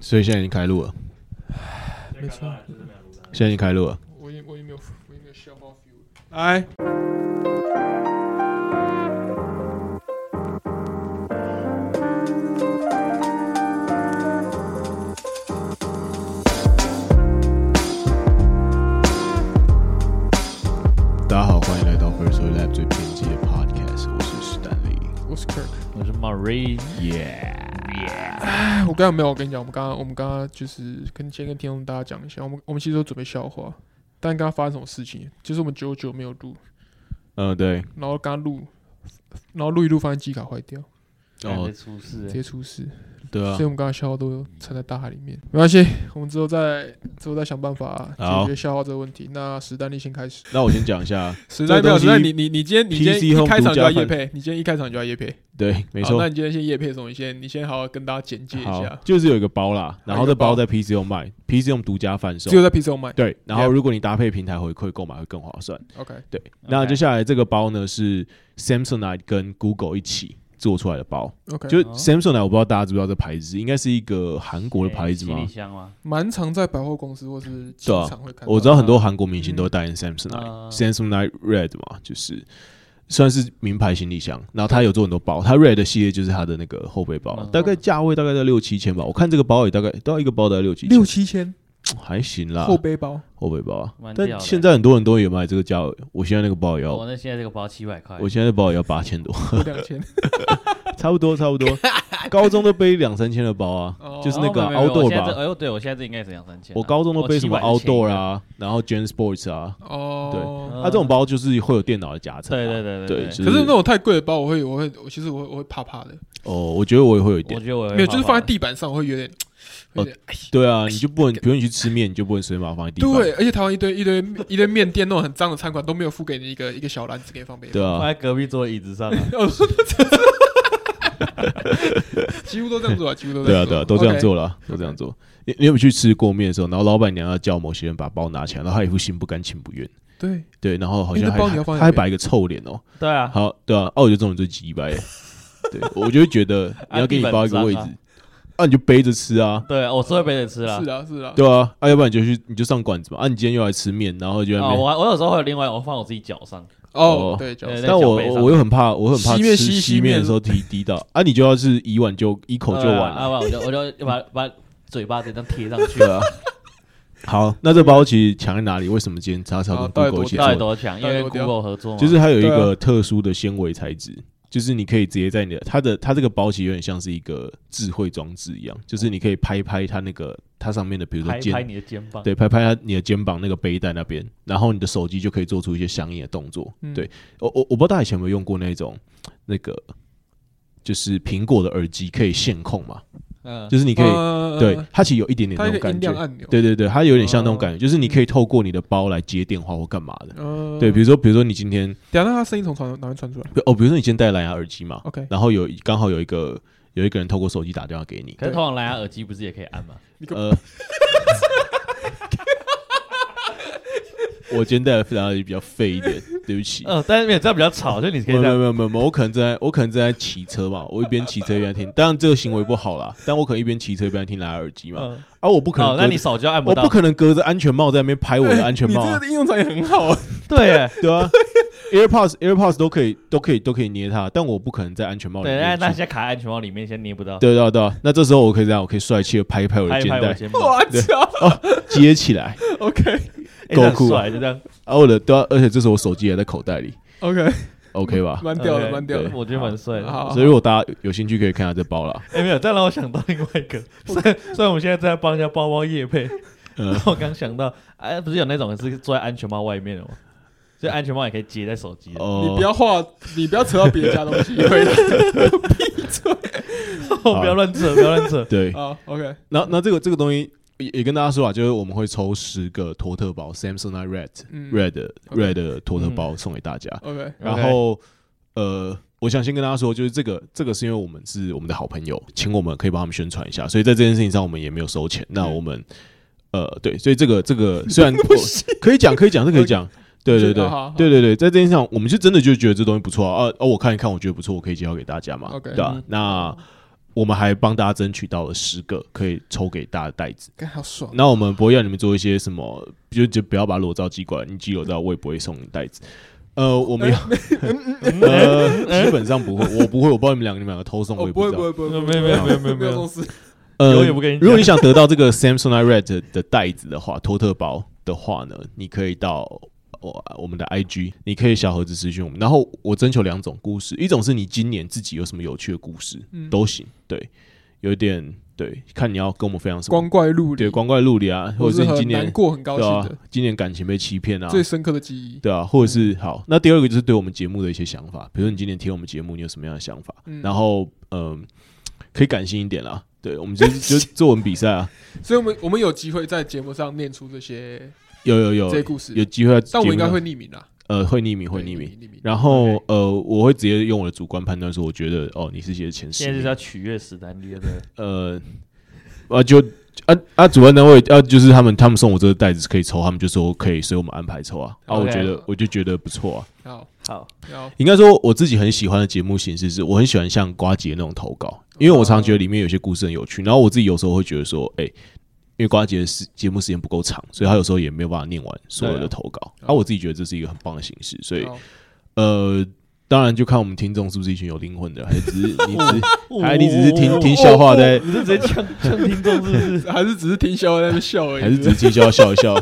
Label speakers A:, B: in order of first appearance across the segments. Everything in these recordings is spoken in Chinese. A: 所以现在已经开录了，
B: 没错，
A: 现在已经开录了。
B: 我也我也没有我也没有消耗 fuel。来，
A: 大家好，欢迎来到 First Story Lab 最偏激的 Podcast，我是史丹利。
B: 我是 Kirk。
C: 我是 Marie，
B: 哎，我刚刚没有，我跟你讲，我们刚刚我们刚刚就是跟先跟听众大家讲一下，我们我们其实都准备笑话，但刚刚发生什么事情？就是我们久久没有录，
A: 嗯，对，
B: 然后刚刚录，然后录一录发现机卡坏掉，
A: 哦
C: 哦，，出事
B: 直接出事，
A: 对啊
B: 所以，我们刚刚笑话都沉在大海里面。没关系，我们之后再之后再想办法啊
A: 好
B: 解决笑话这个问题。那史丹利先开始。
A: 那我先讲一下，
B: 史
A: 这
B: 丹
A: 个
B: 利，
A: 东西
B: 史丹利，你你你今天你今天
A: PC
B: 一开场就要
A: Home
B: 夜
A: 独家
B: 配，你今天一开场就要夜配。
A: 对，没
B: 好
A: 错
B: 那，你今天先夜配什么？你先你先好好跟大家简介一
A: 好
B: 下，，
A: 就是有一个包啦，然后这包
B: 有一
A: 在 PC 用卖，PC 用独家贩售
B: 只，有在 PC 买。
A: 对，然后
B: Yeah
A: 如果你搭配平台回馈购买会更划算，
B: OK，
A: 对。那
C: OK
A: 接下来这个包呢是 Samsonite 跟 Google 一起做出来的包，
B: OK，
A: 就
C: 哦
A: Samsonite 我不知道大家知不知道这牌子，应该是一个韩国的牌子
C: 行李
A: 吗？
C: 箱吗？
B: 蛮常在百货公司或是机场会
A: 啊
B: 看到。
A: 我知道很多韩国明星都会代言 Samsonite、
C: 嗯
A: Samsonite Red 嘛，就是算是名牌行李箱。然后它有做很多包，它 Red 的系列就是它的那个后背包，
C: 嗯
A: 大概价位大概在六七千吧。我看这个包也大概都要一个包大概六七千，
B: 六七千
A: 还行啦。
B: 后背 包，
A: 后背包啊
C: 蛮，屌的
A: 但现在很多人都有买这个价位，我现在那个包也要，
C: 我哦那现在这个包七百块，
A: 我现在的包也要八千 多，
B: 有两千。
A: 差不多差不多。高中都背两三千的包啊，
B: 哦
A: 就是那个
C: 哦没有没有
A: outdoor
C: 我现在这
A: 吧
C: 哎呦，对我现在这应该是两三千啊。
A: 我高中都背什么
C: 我700
A: outdoor
C: 前一个
A: 啊，然后 Gen Sports 啊，
B: 哦，
A: 它啊这种包就是会有电脑的夹层啊。
C: 嗯哦对对对
A: 对
C: 对
A: 就
C: 对，
B: 可是那种太贵的包，我会我会我其实我会我会怕怕的，
A: 哦，我觉得我也会有一点
C: 我。觉得我
B: 没有就是放在地板上我会有点，
A: 哦
B: 有点哎
A: 对啊，你就不能，比如你去吃面，你就不能随便把它放在地板。
B: 对，而且台湾一堆一堆一堆面店那种很脏的餐馆都没有付给你一个一个小篮子给你放背包，
A: 对
C: 放
A: 啊，
C: 在隔壁桌椅子上啊，
B: 几乎都这样做啊，几乎都
A: 对啊，
B: 做
A: 对啊，都这样
B: OK
A: 做了，都这样做。你你有没有去吃过面的时候，然后老板娘要叫某些人把包拿起来，然后他一副心不甘情不愿，
B: 对，
A: 对，然后好像
B: 因为
A: 还
B: 那包你
A: 还
B: 要放在
A: 他还
B: 哪边
A: 摆一个臭脸哦，
C: 对啊，
A: 好，对啊，哦，我觉得这种人最鸡掰 的，对我就会觉得你要给你包一个位置
C: 啊地板脏，
A: 啊，你就背着吃啊，
C: 对啊，我是会背着吃啦。
B: 是啊是啊，
A: 对啊，啊，要不然你就去你就上馆子嘛，啊，你今天又来吃面，然后就在那
C: 哦，
A: 边，
C: 我还我有时候会有另外，我放我自己脚上，
B: 哦
A: 哦
B: 对，角
C: 对
B: 色
C: 在
A: 但
C: 脚
A: 我
C: 背
A: 我
C: 上
A: 我又很怕，我很怕
B: 吸面
A: 吃
B: 吸吸
A: 吸面
B: 面
A: 的时候 提滴到，啊，你就要是一碗就一口就
C: 对啊
A: 完了。
C: 啊，不然我就 我就把把嘴巴直接这样贴上去
A: 对。啊。好，那这包其实强在哪里？为什么今天叉叉
B: 好
A: 跟
B: 到底
A: Google 一起
C: 哦到底
A: 做？
C: 多强？因
B: 到底
C: 为
B: 多屌
C: Google 合作嘛，
A: 啊就是它有一
B: 对
A: 个特殊的纤维材质，就是你可以直接在你的它的它这个包其实有点像是一个智慧装置一样，就是你可以拍拍它那个它上面的，比如说
C: 拍拍
A: 肩，
C: 你的肩膀，
A: 对，拍拍它你的肩膀那个背带那边，然后你的手机就可以做出一些相应的动作。
B: 嗯
A: 对我我我不知道大家以前有没有用过那种那个。就是苹果的耳机可以线控嘛，
C: 嗯，
A: 就是你可以，
B: 以
A: 对，它其实有一点点
B: 呃
A: 那种
B: 它有一个
A: 感
B: 音
A: 觉
B: 量，按钮，
A: 对对对，它有点像那种感觉，就是你
B: 嗯
A: 可以透过你的包来接电话或干嘛的。
B: 嗯，
A: 对，比如说，比如说你今天
B: 等一下那它声音从传哪边传出来
A: 哦，比如说你今天戴蓝牙耳机嘛，
B: ？OK，
A: 然后有刚好有一个有一个人透过手机打电话给你，
C: 可是通常蓝牙耳机不是也可以按吗？
A: 呃，我今天戴的蓝牙耳机比较废一点，对不 起。
C: 嗯，但是没有这样比较吵，就你可
A: 没
C: 以
A: 有
C: 这
A: 没
C: 样。
A: 有没有没有，我可能正在我可能正在骑车嘛，我一边骑车一边听，当然这个行为不好啦，但我可能一边骑车一边听蓝牙耳机嘛，
C: 嗯，
A: 啊，我不可
C: 哦
A: 能，
C: 那
A: 隔
C: 你
A: 着，
C: 手就按
A: 我
C: 到
A: 不，可能隔着安全帽在那边拍我的安全帽
B: 你
A: 啊
B: 这，个应用场也很好啊，
C: 对耶，
A: 对啊，AirPods AirPods 都可以都可以都可以捏它，但我不可能在安全帽里
C: 对，哎那
A: 面
C: 那
A: 去。
C: 些卡在安全帽里面先捏不到，
A: 哦对对啊对啊，那这时候我可以这样，我可以帅气的拍一拍我的
C: 拍一
A: 肩
C: 拍我
A: 带，
C: 肩膀，
B: 我
A: 对
B: 操
A: 接起来，
B: ，OK
C: 哎这很
A: 够酷
C: 帅，就这 样，
A: 然后我的对啊，而且这时候我手机还在口袋里
B: OK，
A: ，OK 吧？
B: 蛮屌的，
C: OK，
B: 蛮屌的
A: 对，
C: 我觉得蛮帅的。
B: 好好
A: 所以如果大家有有兴趣可以看下这包啦。
C: 哎，没有，这让我想到另外一 个，虽然虽然我们现在在帮人家包包夜配，
A: 嗯
C: 然后我刚想到，哎，不是有那种是坐在安全帽外面的吗？所以安全帽也可以接在手机
B: 你
C: 的。
B: 不
A: 哦，
B: 要画，你不要扯到别人家东西，回来
C: 不要乱扯，不要乱扯。
A: 对，
B: 啊，OK，
A: 那那这个这个东西也也跟大家说啊，就是我们会抽十个托特包 Samsonite Red
B: 嗯
A: Red
B: OK 嗯
A: Red 的托特包送给大家。
B: ，OK，
C: OK
A: 然后呃，我想先跟大家说，就是这个这个是因为我们是我们的好朋友，请我们可以帮他们宣传一下，所以在这件事情上我们也没有收钱。
B: 嗯
A: 那我们、呃，对，所以这个这 个虽然我可以讲可以讲，这可以讲。对对对
B: 好好好
A: 对对对，在这件事上，啊我们是真的就觉得这东西不错啊！啊哦，我看一看，我觉得不错，我可以介绍给大家嘛
B: OK 嗯
A: 对吧、那我们还帮大家争取到了十个可以抽给大家的袋子。
B: 干好爽。
A: 那我们不会要你们做一些什么，就就不要把裸照寄过来，你寄裸照我也不会送你袋子。呃，我们要，
B: 嗯
A: 呃，基本上不会，我不会，我不知道你们两个你们两个偷送，我
B: 哦，
A: 也
B: 不会
A: 知
B: 不
A: 道。
B: 会不会，
C: 没有没有没有没
B: 没
C: 有没
B: 有
C: 有
B: 这种事。
A: 呃
C: 有也不跟你讲
A: 如果你想得到这个 Samsung Red 的袋子的话，托特包的话呢，你可以到我我们的 IG，你可以小盒子私讯我们。然后我征求两种故事，一种是你今年自己有什么有趣的故事，
B: 嗯
A: 都行。对，有一点对，看你要跟我们分享什么。
B: 光怪陆离，
A: 对，光怪陆离啊，或
B: 我
A: 者
B: 是
A: 是你
B: 很
A: 今
B: 难
A: 年
B: 过很高
A: 对
B: 兴的
A: 啊，今年感情被欺骗啊，
B: 最嗯深刻的记忆。
A: 对啊，或者是好。那第二个就是对我们节目的一些想法，比如说你今年听我们节目，你有什么样的想法？
B: 嗯
A: 然后嗯、可以感性一点啦。对，我们就就作文比赛啊，
B: 所以我们我们有机会在节目上念出这些
A: 有有
B: 这些
A: 有
B: 故事，
A: 有机会在节目上，
B: 但我应该会匿名啦，
A: 呃会匿名
B: 对
A: 会匿名。
B: 匿名。
A: 然后呃，我会直接用我的主观判断说，我觉得哦，你是写的前
C: 现
A: 十
C: 在就
A: 名
C: 是要取悦史丹利，对不对？
A: 呃啊就。啊啊！主办单位啊，就是他们，他们送我这个袋子可以抽，他们就说可以，所以我们安排抽啊。啊，我
C: OK
A: 觉得我就觉得不错啊。
B: 好，
C: 好，
B: 好，
A: 应该说我自己很喜欢的节目形式是，我很喜欢像瓜姐那种投稿，因为我常觉得里面有些故事很有趣，然后我自己有时候会觉得说，哎、因为瓜姐的时节目时间不够长，所以她有时候也没有办法念完所有的投稿，
B: 对啊
A: 啊，我自己觉得这是一个很棒的形式，所以
B: 好
A: 呃，当然就看我们听众是不是一群有灵魂的，还是只是你只还
C: 哦
A: 你只是听听
C: 哦
A: 笑话在
C: 哦，你是直接呛呛听众是不 是？
B: 还是只是听笑在那边笑而已，
A: 还是只是听笑笑一笑，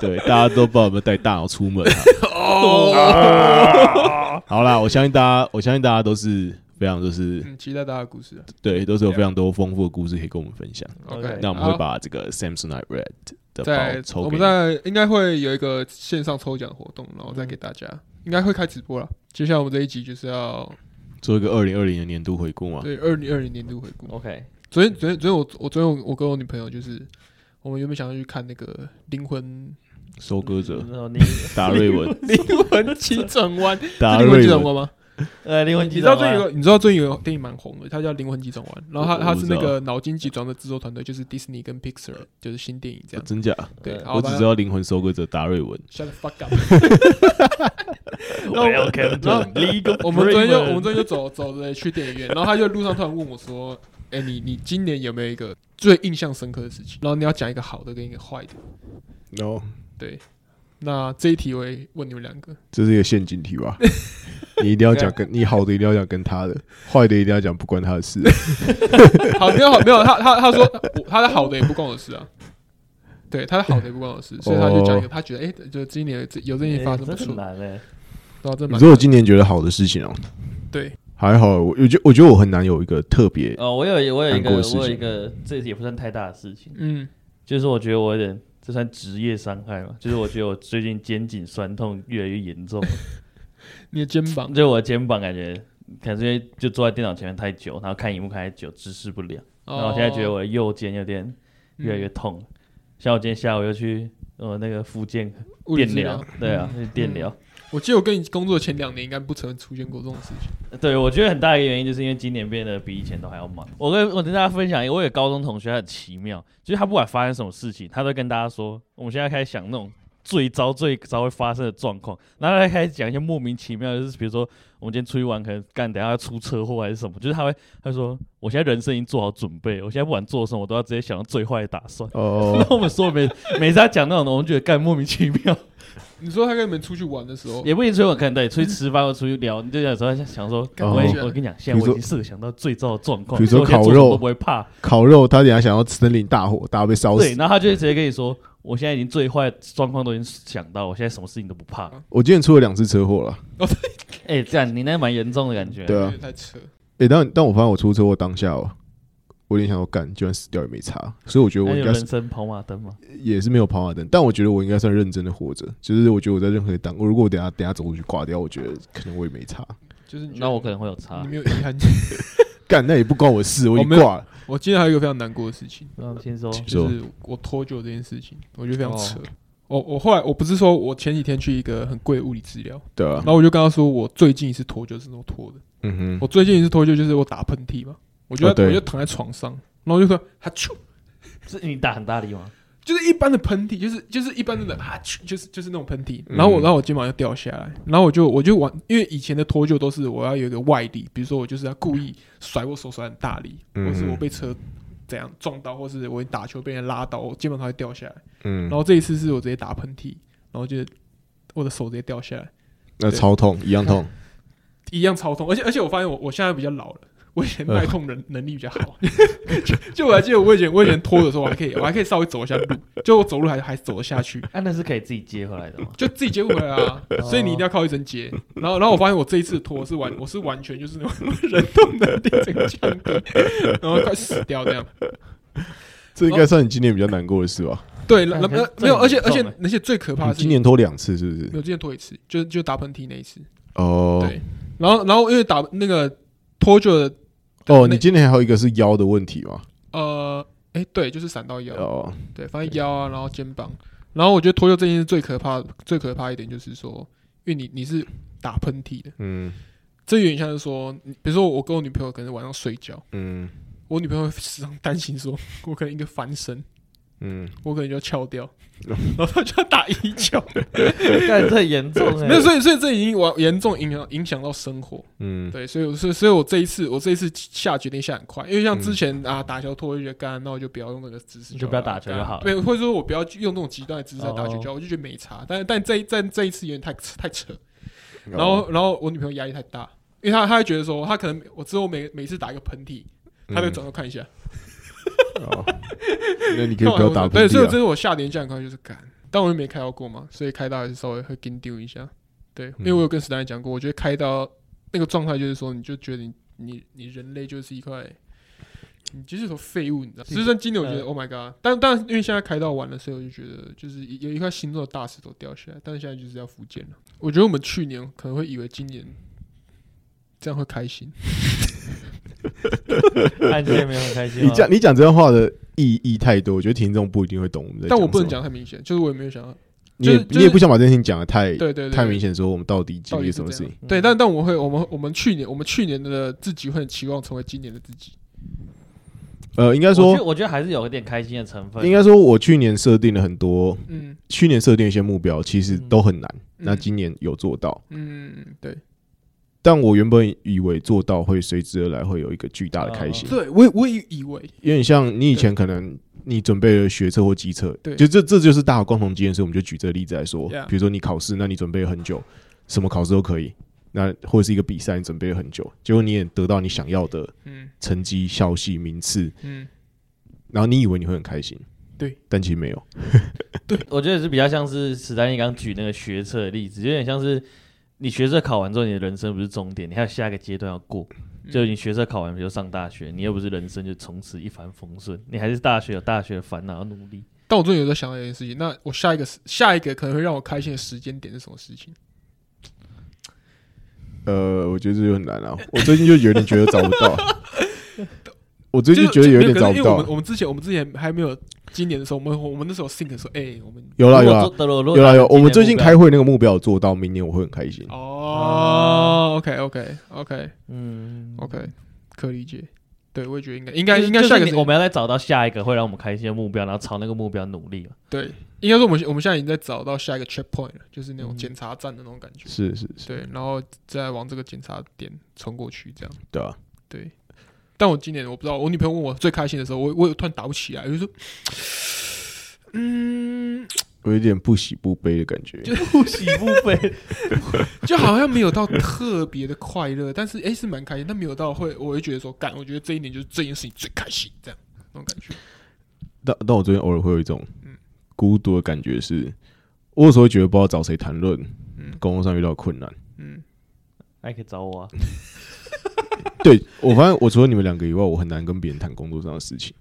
A: 对，大家都不知道有没有带大脑出门、啊。 好啦，我相信大家，我相信大家都是非常就是
B: 嗯，期待大家的故事啊。
A: 对，都是有非常多丰富的故事可以跟我们分享。
B: OK，
A: 那我们会
B: 好
A: 把这个 Samsonite Red 的包
B: 在
A: 抽
B: 我
A: 给
B: 们
A: 你。
B: 在应该会有一个线上抽奖活动，然后再给大家，应该会开直播了。接下来我们这一集就是要
A: 做一个二零二零的年度回顾嘛。
B: 对二零二零年度回顾。
C: OK，
B: 昨天昨天昨天我我昨天我我跟我女朋友就是，我们原本想要去看那个《灵 魂
A: 收割者
B: 嗯
C: 然后你
A: 达瑞 文，
B: 灵魂急转弯》是
A: 达
B: 灵魂
A: 瑞
B: 急转
A: 文，
B: 弯吗？
C: 呃，灵魂
B: 你
C: 机
B: 知道
C: 长
B: 最近
C: 吗
B: 有个你知道最近有个电影蛮红的，它叫《灵魂急转弯》，然后它
A: 我
B: 它
A: 我
B: 是
A: 知
B: 那个脑筋急转的制作团队，就是 Disney 跟 Pixar，就是新电影这样。
A: 真假？
B: 对，好
A: 我只
B: 吧
A: 知道灵魂收割者达瑞文。
B: ，shut the fuck up。哦
C: Welcome to
B: 然后
C: League of
B: 我们昨天就我们
C: Dreamers
B: 昨天就走走着去电影院，然后他就路上突然问我说：“哎、你你今年有没有一个最印象深刻的事情？然后你要讲一个好的跟一个坏的。
D: 哦
A: No，”
B: 那这一题我也问你们两 个，
D: 这是一个陷阱题 吧？你一定要讲跟你好的一定要讲跟他的，坏的一定要讲不关他的 事。
B: 好没有好没有，他他他说我他的好的也不关我的事啊，对，他的好的也不关我的事，所以他就讲一个他觉得哎、就今年有这有这件事发生不
C: 哎真
B: 错
D: 哦
C: 很，难哎，
B: 然后这
D: 你
B: 蛮
D: 说我今年觉得好的事情哦、
B: 对
D: 还好，我我觉我觉得我很难有一个特别
C: 哦，我有我有一
D: 难
C: 个
D: 过的事
C: 我有
D: 情
C: 一个，这也不算太大的事情，
B: 嗯
C: 就是我觉得我有点，这算职业伤害嘛？就是我觉得我最近肩颈酸痛越来越严重，
B: 你的肩膀
C: 就是我的肩膀感觉，可能是因为就坐在电脑前面太久，然后看荧幕看太久，姿势不良，然后我现在觉得
B: 我
C: 我的右肩有
B: 嗯
C: 点越来越痛。像我今天下午又去呃那个复健
B: 物理
C: 电
B: 治
C: 疗
B: 疗，，
C: 对啊，去电
B: 嗯
C: 疗。
B: 我记得我跟你工作前两年应该不曾出现过这种事情，
C: 对，我觉得很大一个原因就是因为今年变得比以前都还要忙。我跟我跟大家分享一个，我有高中同学，他很奇妙，就是他不管发生什么事情，他都跟大家说，我们现在开始想那种最糟最糟会发生的状况，然后他开始讲一些莫名其妙的，就是比如说我们今天出去玩，可能干等一下要出车祸还是什么，就是他会他说我现在人生已经做好准备，我现在不管做什么，我都要直接想到最坏的打算。
D: 哦
C: 然后我们说每每次他讲那种的，我们觉得干莫名其妙，
B: 你说他跟你们出去玩的时候，
C: 也不一定出去玩，可能对出去吃饭或出去聊，你就有时候想说，
B: 干
C: 我
D: 嘛
C: 也
B: 去啊
C: 我跟你讲，现在
D: 比如
C: 我已
D: 说
C: 经设想到最糟的状况，
D: 比如说
C: 所以我现在
D: 烤
C: 做什么
D: 肉
C: 都不会怕，
D: 烤肉，他等一下想要森林大火，大家被烧
C: 对，
D: 死。
C: 然后他就会直接跟你说，我现在已经最坏的状况都已经想到，我现在什么事情都不怕。
D: 我今年出了两次车祸了，
C: 哎，这样你那蛮严重的感觉，
D: 对
B: 哦有
D: 啊
B: 点。太扯。
D: 诶，但但我发现我出车祸当下哦，我有点想要干，就算死掉也没差，所以我觉得我
C: 那
D: 应
C: 有
D: 该
C: 人
D: 是
C: 生跑马灯吗？
D: 也是没有跑马灯，但我觉得我应该算认真的活着。就是我觉得我在任何当，我如果我等一下等一下走出去挂掉，我觉得可能我也没差。
B: 就是你觉得
C: 那我可能会有差
B: 你。没有遗憾。
D: 干，那也不关我事，我已
B: 我
D: 经
B: 没有
D: 挂了。
B: 我今天还有一个非常难过的事情，
C: 然后先 说，
A: 请
B: 就
A: 说，
B: 是我脱臼这件事情，我觉得非常扯。我我后来我不是说我前几天去一个很贵的物理治疗，
A: 嗯
D: 对啊
B: 然，后我就跟他说我最近一次脱臼是怎么脱的？
D: 嗯
B: 我最近一次脱臼就是我打喷嚏嘛，我就
D: 哦对
B: 我就躺在床上，然后我就说哈啾，
C: 是你打很大力吗？
B: 就是一般的喷嚏，就是就是一般的啊，啾就是就是那种喷嚏。然后我，
A: 嗯
B: 然后我肩膀就掉下来，然后我就我就往，因为以前的脱臼都是我要有一个外力，比如说我就是要故意甩我手甩很大力，
A: 嗯
B: 或是我被车怎样撞到，或是我打球被人拉到，我肩膀才会掉下来。
A: 嗯
B: 然，后这一次是我直接打喷嚏，然后就我的手直接掉下来，
A: 那超痛，一样 痛。
B: 一样超痛，而且而且我发现我我现在比较老了，我以前
A: 嗯
B: 耐痛能、能力比较好， 就就我还记得我以前我以前拖的时候，我还可以我还可以稍微走一下路，就我走路还还走得下去，
C: 啊，那是可以自己接回来的吗？
B: 就自己接不回来啊，
A: 哦
B: 所以你一定要靠一针接。然后然后我发现我这一次拖是完我是完全就是那种忍痛能力整个降低，然后快死掉这样。
A: 这应该算你今年比较难过的事吧？
B: 对，然后
C: 那
B: 没有，而且而
C: 这很
B: 且
C: 严重欸
B: 而且最可怕
A: 你
B: 的是
A: 今年拖两次是不
B: 没
A: 是？
B: 有之前拖一次，就就打喷嚏那一次，
A: 哦
B: 对然后然后因为打那个脱臼的
A: 哦，
B: 那
A: 你今年还有一个是腰的问题嘛？
B: 呃。哎，对，就是闪到腰，
A: 哦，
B: 对，反正腰啊，然后肩膀，然后我觉得脱臼这件事最可怕，最可怕一点就是说，因为你你是打喷嚏的，
A: 嗯
B: 这有点像是说，你比如说我跟我女朋友可能晚上睡觉，
A: 嗯
B: 我女朋友会时常担心说，我可能一个翻身，
A: 嗯，
B: 我可能就要翘 掉，然后她就要打一脚，
C: 干这很严重哎、
B: 没有，所以所以这已经完严重影响影响到生活，
A: 嗯，
B: 对，所以我所以所以我这一次我这一次下决定下很快，因为像之前、啊打球拖就觉得干，那我就不要用那个姿势，
C: 嗯你就不要打球就好了哦
B: 对，或者说我不要去用那种极端的姿势来打球就好，我就觉得没差。但但这一但这一次有点太太扯，然
D: 哦
B: 后、然后我女朋友压力太大，因为她她会觉得说她可能我之后每每次打一个喷嚏，
D: 嗯
B: 她
C: 嗯
B: 就会转头看一下，
A: 哦，那你可以
B: 看完
A: 不要
B: 我
A: 打
B: 对，
A: 喷
B: 所以这
A: 嚏啊。
B: 是我下年下很快就是干，但我又没开刀过嘛，所以开刀还是稍微会跟丢一下。对，因为我有
A: 嗯
B: 跟史丹讲过，我觉得开刀那个状态就是说，你就觉得你你你人类就是一块，你就是头废物，你知道吗？所以像今年我觉得、
A: 嗯
C: 呃
B: Oh my God，但但因为现在开刀完了，所以我就觉得就是有一块心中的大石头掉下来，但是现在就是要复健了。我觉得我们去年可能会以为今年这样会开心，
C: 按键没有很开心、
B: 啊
A: 你
C: 吗？
A: 讲你讲这段话的意义太多，我觉得听众不一定会懂我们在。
B: 但我不能，讲太明显，就是我也没有想到，
A: 你也
B: 就是就是
A: 你也不想把这件事情讲的太
B: 对对对，
A: 太
B: 对
A: 明显，说我们到底经历了什么事情。
C: 嗯
B: 对，但但我会，我们我们去年我们去年的自己会很期望成为今年的自己。
A: 呃，应该
C: 我觉得
A: 说
C: 我觉得还是有一点开心的成分。
A: 应该说，我去年设定了很多，
B: 嗯
A: 去年设定一些目标，其实都很难。那
B: 嗯
A: 今年有做到，
B: 嗯，对，
A: 但我原本以为做到会随之而来会有一个巨大的开心，
B: 对我也我也以为，
A: 有点像你以前可能你准备了学测或机测，
B: 对
A: 就这这就是大家有共同经验，所以我们就举这个例子来说
B: Yeah
A: 比如说你考试，那你准备了很久，什么考试都可以，那或者是一个比赛，你准备了很久，结果你也得到你想要的
B: 嗯
A: 成绩、消息、名次，
B: 嗯，
A: 然后你以为你会很开心，
B: 对，
A: 但其实没有，
C: 我觉得是比较像是史丹利刚举那个学测的例子，有点像是你学测考完之后，你的人生不是终点，你还有下一个阶段要过。
B: 嗯
C: 就你学测考完，比如上大学，你又不是人生就从此一帆风顺，你还是大学有大学的烦恼要努力。
B: 但我最近有在想到一件事情，那我下一个下一个可能会让我开心的时间点是什么事情？
A: 呃，我觉得这就很难了、我最近就有点觉得找不到， 我最近觉得有点找不
B: 没有可是因为我们
A: 到。
B: 我们之前我们之前还没有今年的时候，我们我们那时候 think 说，哎、我们
A: 有啦有啦
C: 了有
A: 有啦有，我们最近开，会那个目标有做到，明年我会很开心。
B: 哦、o k OK OK
C: 嗯
B: OK，可理解。对，我也觉得应该应该
C: 就是
B: 应该
C: 就是
B: 下一个
C: 你
B: 时
C: 我
B: 间
C: 们要再找到下一个会让我们开心的目标，然后朝那个目标努力嘛。
B: 对，应该说我们我们现在已经在找到下一个 checkpoint 了，就是那种
C: 嗯
B: 检查站的那种感觉。
A: 是是是，
B: 对，然后再往这个检查点冲过去，这样
A: 对啊，
B: 对。但我今年我不知道，我女朋友问我最开心的时候，我我有突然打不起来，我就说，嗯，
A: 我有点不喜不悲的感觉。
C: 不喜不悲，
B: 就好像没有到特别的快乐，但是哎、诶是蛮开心，但没有到会，我会觉得说，干，我觉得这一年就是这件事情最开心，这样那种感觉。
A: 但但我最近偶尔会有一种
B: 嗯
A: 孤独的感觉是，我有时候会觉得不知道找谁谈论
B: 嗯
A: 工作上遇到的困难。
B: 嗯，
C: 那你可以找 我啊。
A: 对我发现，我除了你们两个以外，我很难跟别人谈工作上的事情。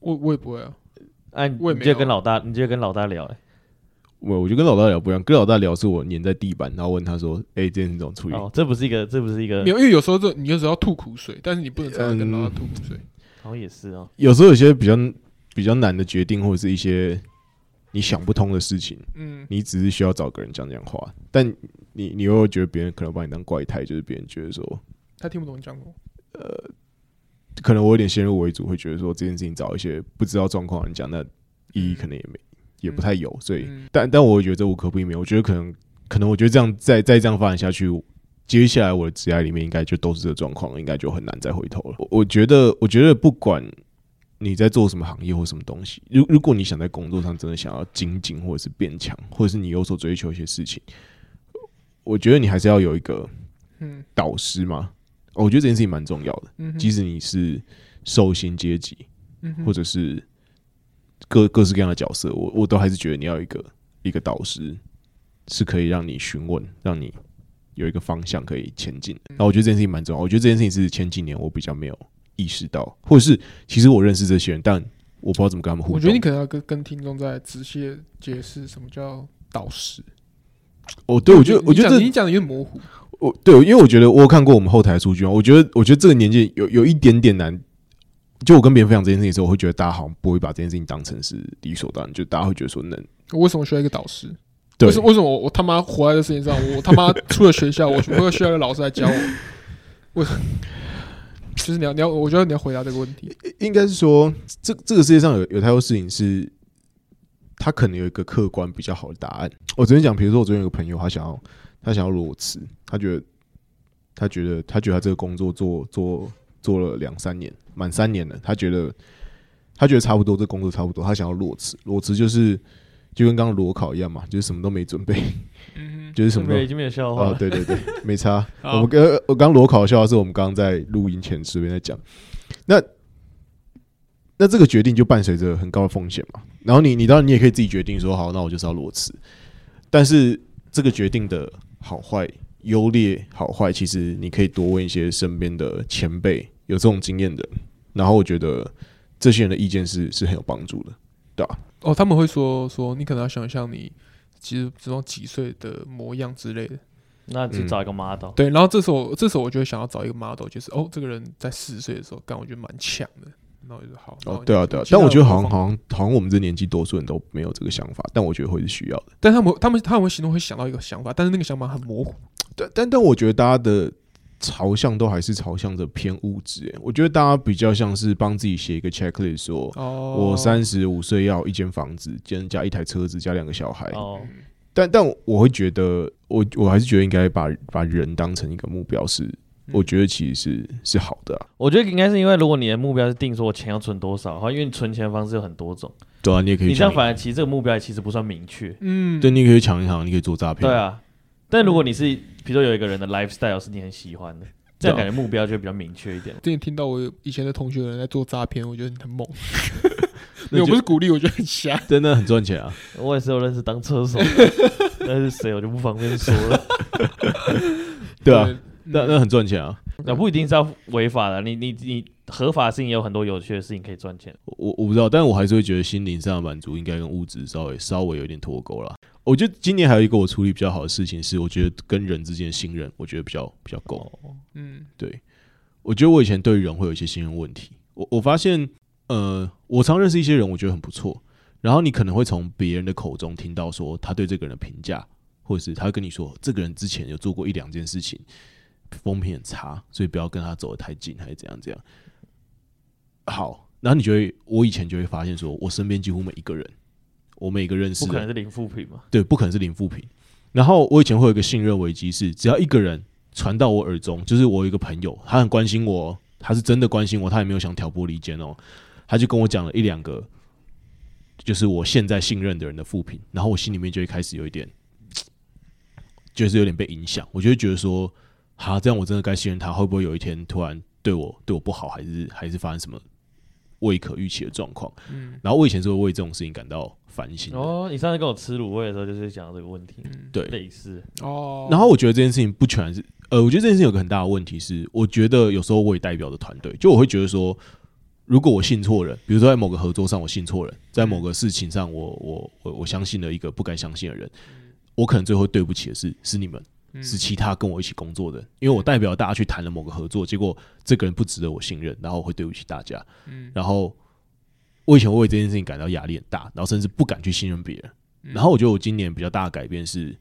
B: 我我也不会啊，
C: 哎、
B: 我也
C: 你
B: 没
C: 就
B: 有啊
C: 跟老大，你就跟老大聊、欸，
A: 我我就跟老大聊不一样，跟老大聊是我粘在地板，然后问他说：“哎、这件事怎么处理？”
C: 哦，这不是一个，这不是一个
B: 没，有，因为有时候这你有时候要吐苦水，但是你不能常常跟
A: 嗯
B: 老大吐苦水。
C: 好像也是哦。
A: 有时候有些比较比较难的决定，或者是一些你想不通的事情，
B: 嗯，
A: 你只是需要找个人讲讲话，但你你又会觉得别人可能把你当怪胎，就是别人觉得说，
B: 他听不懂你讲过。
A: 可能我有点先入为主，会觉得说这件事情找一些不知道状况的人讲，那一意义可能也没也不
B: 嗯
A: 太有，所以
B: 嗯
A: 但但我觉得这无可避免，我觉得可能可能我觉得这样再再这样发展下去，接下来我的职业里面应该就都是这个状况，应该就很难再回头了。我我觉得我觉得不管你在做什么行业或什么东西，如如果你想在工作上真的想要精进或者是变强，或者是你有所追求一些事情，我觉得你还是要有一个
B: 嗯
A: 导师嘛。哦我觉得这件事情蛮重要的，
B: 嗯哼，
A: 即使你是受薪阶级，
B: 嗯哼
A: 或者是各各式各样的角色，我我都还是觉得你要有一个一个导师是可以让你询问，让你有一个方向可以前进的。
B: 嗯
A: 那我觉得这件事情蛮重要，我觉得这件事情是前几年我比较没有意识到，或者是其实我认识这些人，但我不知道怎么跟他们互动。
B: 我觉得你可能要跟跟听众再仔细地解释什么叫导师。
A: 哦，对我觉得我觉得
B: 你讲
A: 这
B: 你讲的有点模糊，
A: 我对，因为我觉得我有看过我们后台的数据嘛，啊我觉得我觉得这个年纪有有一点点难。就我跟别人分享这件事情的时候，我会觉得大家好像不会把这件事情当成是理所当然，就大家会觉得说能
B: 我为什么需要一个导师？
A: 对
B: 为什么为什么我我他妈活在这世界上，我我他妈出了学校，我我要需要一个老师来教我？为什么？就是你要你要，我觉得你要回答这个问题。
A: 应该是说，这这个世界上有有太多事情是，他可能有一个客观比较好的答案。我昨天讲，比如说我昨天有个朋友，他想要他想要裸辞，他觉得他觉得他觉得他这个工作做做做了两三年，满三年了，他觉得他觉得差不多，这工作差不多，他想要裸辞。裸辞就是就跟刚刚裸考一样嘛，就是什么都没准备，
B: 嗯
A: 就是什
C: 这
A: 么都
C: 边已经没有笑话
A: 啊，
C: 了。
A: 对对对， 没差。
B: 哦好
A: 我们跟呃我刚裸考的笑话是我们刚刚在录音前随便在讲。那那这个决定就伴随着很高的风险嘛。然后你你当然你也可以自己决定说好，那我就是要裸辞。但是这个决定的好坏、优劣、好坏，其实你可以多问一些身边的前辈有这种经验的。然后我觉得这些人的意见是是很有帮助的。
B: 哦，他们会说说你可能要想象你其实这种几岁的模样之类的。
C: 那就找一个 model，
B: 对，然后这时候这时候我就会想要找一个 model，就是哦，这个人在四十岁的时候，干我觉得蛮强的。然后我就说好。然
A: 哦
B: 后，
A: 对啊，
B: 你
A: 对啊。
B: 其他
A: 但我
B: 人
A: 觉得
B: 模
A: 好像
B: 仿
A: 好像好像我们这年纪多数人都没有这个想法，但我觉得会是需要的。
B: 但他们他们他们会心中会想到一个想法，但是那个想法很模糊。
A: 但但但我觉得大家的朝向都还是朝向着偏物质、欸。我觉得大家比较像是帮自己写一个 checklist，说、
B: 哦，
A: 我三十五岁要有一间房子，兼加一台车子，加两个小孩。
C: 哦，
A: 但但我会觉得，我我还是觉得应该把把人当成一个目标是，
C: 嗯
A: 我觉得其实是是好的、啊。
C: 我觉得应该是因为如果你的目标是定说我钱要存多少的话，因为你存钱的方式有很多种，
A: 对啊，你也可以
C: 你这样
A: 抢
C: 反而其实这个目标其实不算明确。
B: 嗯，
A: 对，你也可以抢银行，你可以做诈骗。
C: 对，啊，但如果你是比如说有一个人的 lifestyle 是你很喜欢的，这样
A: 对
C: 感
A: 啊
C: 觉目标就会比较明确一点。
B: 之前听到我有以前的同学有人在做诈骗，我觉得很猛。没
A: 那
B: 有，
A: 就
B: 不是鼓励，我觉得很瞎。
A: 真的很赚钱啊。
C: 我也是有认识当车手的， 但是谁我就不方便说了。
A: 对啊，
B: 嗯
A: 那那很赚钱啊。
C: 那不一定是要违法的，你你你合法的事情也有很多有趣的事情可以赚钱。
A: 我我不知道，但我还是会觉得心灵上的满足应该跟物质稍微稍微有一点脱钩啦。我觉得今年还有一个我处理比较好的事情是，我觉得跟人之间的信任，我觉得比较比较够。
B: 嗯
A: 对，我觉得我以前对人会有一些信任问题。我我发现，呃，我常认识一些人，我觉得很不错，然后你可能会从别人的口中听到说他对这个人的评价，或者是他跟你说这个人之前有做过一两件事情，风评很差，所以不要跟他走得太近，还是怎样怎样。好，然后你就会，我以前就会发现说，我身边几乎每一个人，我每一个认识
C: 不
A: 的
C: 可能是零负评嘛。
A: 对，不可能是零负评。然后我以前会有一个信任危机，是只要一个人传到我耳中，就是我有一个朋友，他很关心我哦，他是真的关心我，他也没有想挑拨离间哦，他就跟我讲了一两个，就是我现在信任的人的负评，然后我心里面就会开始有一点，就是有点被影响，我就会觉得说，哈，这样我真的该信任他，会不会有一天突然对我对我不好，还是还是发生什么未可预期的状况？
B: 嗯
A: 然后我以前是会为这种事情感到烦心的。
C: 哦，你上次跟我吃卤味的时候就是讲到这个问题，
B: 嗯，
A: 对，
C: 类似。
B: 哦。
A: 然后我觉得这件事情不全然是，呃，我觉得这件事情有个很大的问题是，我觉得有时候我也代表着团队，就我会觉得说，如果我信错人，比如说在某个合作上我信错人，在某个事情上我我我我相信了一个不该相信的人，我可能最后对不起的是是你们，
B: 嗯
A: 是其他跟我一起工作的人，因为我代表大家去谈了某个合作，结果这个人不值得我信任，然后我会对不起大家，
B: 嗯
A: 然后我以前为这件事情感到压力很大，然后甚至不敢去信任别人。
B: 嗯
A: 然后我觉得我今年比较大的改变是，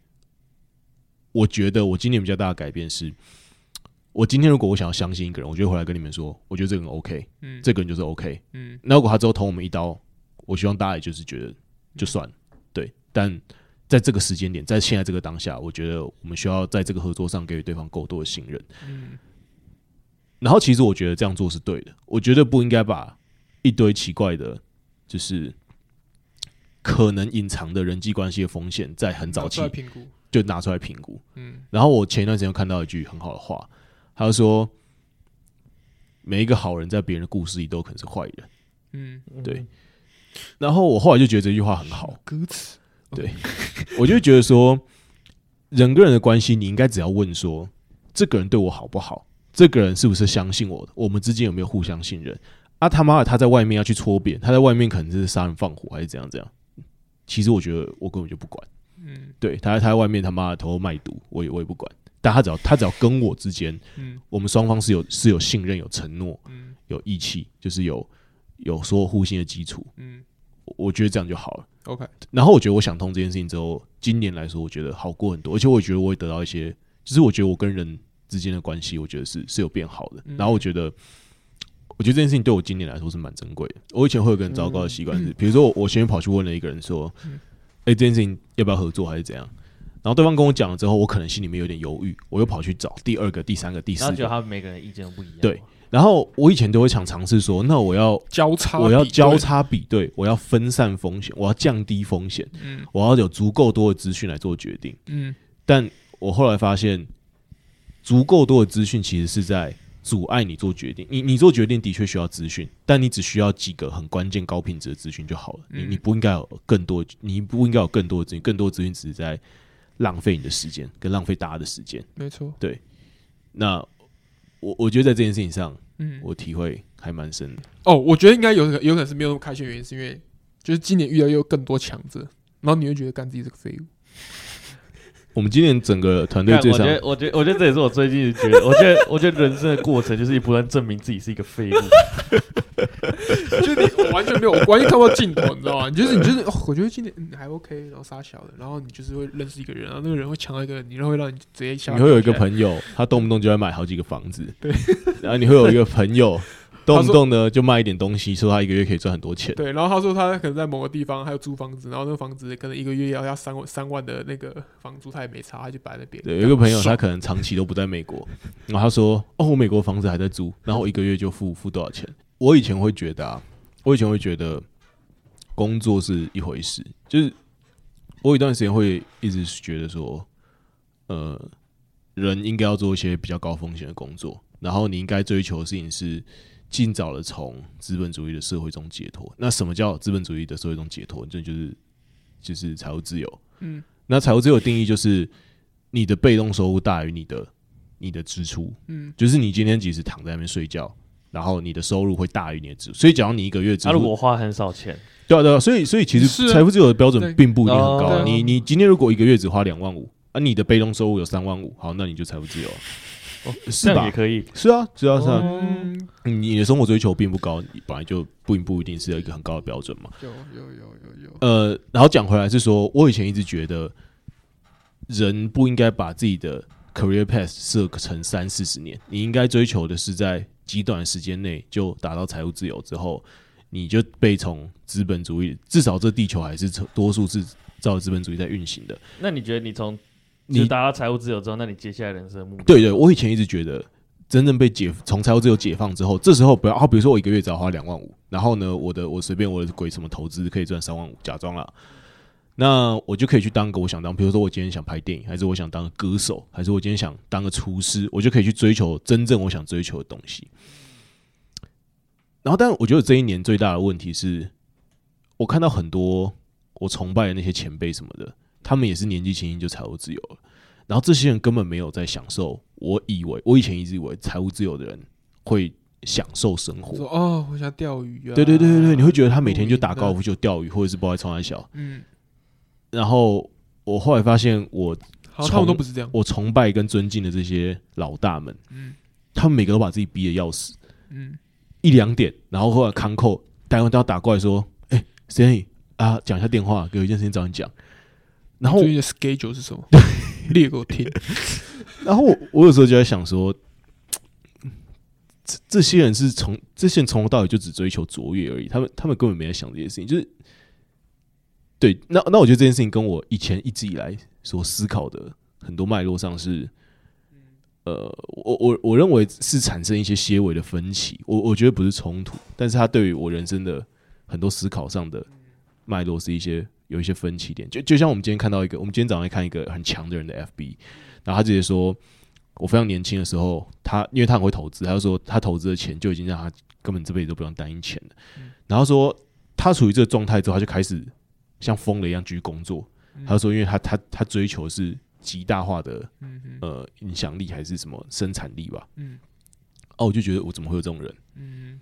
A: 我觉得我今年比较大的改变是，我今天如果我想要相信一个人，我就会回来跟你们说，我觉得这个人 OK，
B: 嗯
A: 这个人就是 OK。
B: 嗯
A: 那如果他之后捅我们一刀，我希望大家也就是觉得就算了对，但在这个时间点，在现在这个当下，我觉得我们需要在这个合作上给予对方够多的信任。
B: 嗯
A: 然后其实我觉得这样做是对的，我觉得不应该把一堆奇怪的，就是可能隐藏的人际关系的风险，在很早期
B: 拿出来评估，
A: 就拿出来评估。
B: 嗯
A: 然后我前一段时间看到一句很好的话，他就说：“每一个好人在别人的故事里都可能是坏人。
B: 嗯，
A: 对”然后我后来就觉得这句话很好，
B: 歌词，
A: 我就觉得说，人跟人的关系，你应该只要问说，这个人对我好不好？这个人是不是相信我的？我们之间有没有互相信任？啊他妈的，他在外面要去搓别人，他在外面可能是杀人放火还是怎样怎样。其实我觉得我根本就不管，
B: 嗯
A: 对他他在外面他妈的偷偷卖毒，我也我也不管。但他只要他只要跟我之间，
B: 嗯
A: 我们双方是有是有信任、有承诺、
B: 嗯
A: 有义气，就是有有说互信的基础，
B: 嗯
A: 我我觉得这样就好了。
B: ，OK，
A: 然后我觉得我想通这件事情之后，今年来说，我觉得好过很多，而且我觉得我也得到一些，就是我觉得我跟人之间的关系，我觉得是是有变好的。
B: 嗯
A: 然后我觉得，我觉得这件事情对我今年来说是蛮珍贵的。我以前会有个很糟糕的习惯是，比如说我我先跑去问了一个人说，哎、这件事情要不要合作还是怎样？然后对方跟我讲了之后，我可能心里面有点犹豫，我又跑去找第二个、第三个、第
C: 然
A: 四
C: 后觉得
A: 个。
C: 他们每个人意见都不一样。
A: 对，然后我以前都会想尝试说，那我要
B: 交叉，
A: 我要交，叉比对，我要分散风险，我要降低风险。
B: 嗯
A: 我要有足够多的资讯来做决定。
B: 嗯
A: 但我后来发现，足够多的资讯其实是在阻碍你做决定。你你做决定的确需要资讯，但你只需要几个很关键、高品质的资讯就好了。你
B: 嗯
A: 你不应该有更多，你不应该有更多的资讯，更多的资讯只是在浪费你的时间，跟浪费大家的时间。
B: 没错，
A: 那我我觉得在这件事情上，
B: 嗯，
A: 我体会还蛮深的。
B: 哦，我觉得应该有可有可能是没有那么开心的原因，是因为就是今年遇到又有更多强者，然后你会觉得干自己是个废物，
A: 我们今年整个团队
C: 但
A: 最
C: 我觉
A: 上，
C: 得，我觉得，我觉得这也是我最近觉得，我觉得，我觉得人生的过程就是不断证明自己是一 个废物。
B: 就是你 我完全没有，我完全看不到尽头，你知道 吗？你就是你就是，哦、我觉得今年、嗯、还 OK，然后傻小的，然后你就是会认识一个人，然后那个人会强到一个你，然后会让你直接下。
A: 你会有一个朋友，他动不动就要买好几个房子，对，然后你会有一个朋 友，动不动呢就卖一点东西，说他一个月可以赚很多钱，
B: 对，然后他说他可能在某个地方还有租房子，然后那个房子可能一个月要要三万三 万的那个房租，他也没差，他就摆在那边。
A: 对，有一个朋友他可能长期都不在美国，然后他说哦，我美国房子还在租，然后我一个月就付付多少钱？我以前会觉得啊，我以前会觉得工作是一回事，就是我有一段时间会一直觉得说，呃，人应该要做一些比较高风险的工作，然后你应该追求的事情是尽早的从资本主义的社会中解脱。那什么叫资本主义的社会中解脱？这就是就是财务自由。
B: 嗯，
A: 那财务自由的定义就是你的被动收入大于你的你的支出，
B: 嗯，
A: 就是你今天即使躺在那边睡觉。然后你的收入会大于你的支出，所以假如你一个月支
C: 他啊如
A: 出
C: 果花很少钱，
A: 对啊，对啊，所以所以其
B: 是
A: 实
B: 啊
A: 财富自由的标
B: 对
A: 准并不一定很高、
C: 哦
A: 啊。你你今天如果一个月只花两万五，啊，你的被动收入有三万五，好，那你就财富自由啊、
C: 这
A: 是
C: 样也
A: 吧？
C: 可以。
A: 是啊，是啊，是啊。
C: 嗯，
A: 你的生活追求并不高，你本来就不不一定是一个很高的标准嘛。
B: 有有有有有，
A: 呃，然后讲回来是说，我以前一直觉得人不应该把自己的 career path 设成三四十年，你应该追求的是在极短的时间内就达到财务自由之后，你就被从资本主义，至少这地球还是多数是照资本主义在运行的。
C: 那你觉得你从
A: 你
C: 你达到财务自由之后，那你接下来人生的目标？
A: 对对，我以前一直觉得，真正被解从财务自由解放之后，这时候不要啊，比如说我一个月只要花两万五，然后呢，我的我随便我的鬼什么投资可以赚三万五，假装啦，那我就可以去当个我想当，比如说我今天想拍电影，还是我想当个歌手，还是我今天想当个厨师，我就可以去追求真正我想追求的东西。然后，但我觉得这一年最大的问题是，我看到很多我崇拜的那些前辈什么的，他们也是年纪轻轻就财务自由了。然后这些人根本没有在享受。我以为我以前一直以为财务自由的人会享受生活，
B: 说哦，我想钓鱼啊。
A: 对对对对对，你会觉得他每天就打高尔
B: 夫。
A: 夫球、钓鱼，或者是不爱冲他小。
B: 嗯，
A: 然后我后来发现我，
B: 好啊像他们都
A: 从
B: 不是这样。
A: 我崇拜跟尊敬的这些老大们，
B: 嗯
A: 他们每个都把自己逼得要死，
B: 嗯
A: 一两点，然后后来康扣，待会都要打过来说：“哎、谁 s 啊，讲一下电话，有一件事情找你讲。”然后
B: 最近的 schedule 是 什么？列给我听。
A: 然后我我有时候就在想说，这这些人是从这些人从头到尾就只追求卓越而已，他们他们根本没在想这些事情，就是对。那那我觉得这件事情跟我以前一直以来所思考的很多脉络上是，呃，我我我认为是产生一些些微的分歧，我我觉得不是冲突，但是他对于我人生的很多思考上的脉络是一些有一些分歧点，就就像我们今天看到一个，我们今天早上在看一个很强的人的 FB，然后他直接说。我非常年轻的时候，他因为他很会投资，他就说他投资的钱就已经让他根本这辈子都不用担心钱了。
B: 嗯
A: 然后说他处于这个状态之后，他就开始像疯了一样继续工作。他就说，因为他他他追求是极大化的
B: 嗯哼
A: 呃影响力还是什么生产力吧？
B: 嗯
A: 哦、我就觉得我怎么会有这种人？
B: 嗯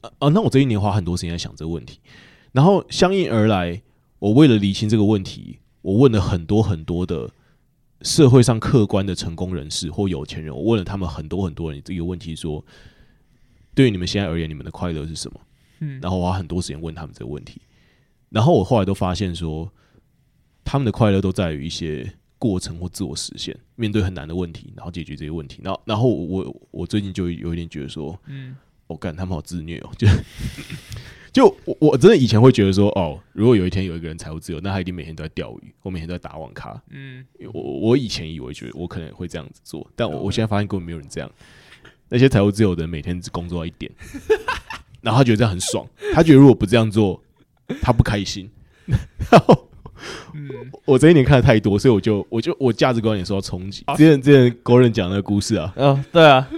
A: 啊、啊那我这一年花很多时间在想这个问题，然后相应而来，我为了厘清这个问题，我问了很多很多的社会上客观的成功人士或有钱人，我问了他们很多很多人这个问题说，对于你们现在而言，你们的快乐是什么？
B: 嗯
A: 然后我花很多时间问他们这个问题，然后我后来都发现说，他们的快乐都在于一些过程或自我实现，面对很难的问题，然后解决这些问题。然后，然后我我我最近就有一点觉得说，
B: 嗯
A: 我干、他们好自虐哦， 就就我我真的以前会觉得说，哦，如果有一天有一个人财务自由，那他一定每天都在钓鱼，我每天都在打网咖。
B: 嗯
A: 因为我我以前以为觉得我可能会这样子做，但我我现在发现根本没有人这样。那些财务自由的人每天只工作到一点， 然后他觉得这样很爽，他觉得如果不这样做，他不开心。 然后
B: 嗯，
A: 我这一年看的太多，所以我就我就我价值观也受到冲击。之前之前国人讲那个故事啊，
C: 哦，对啊，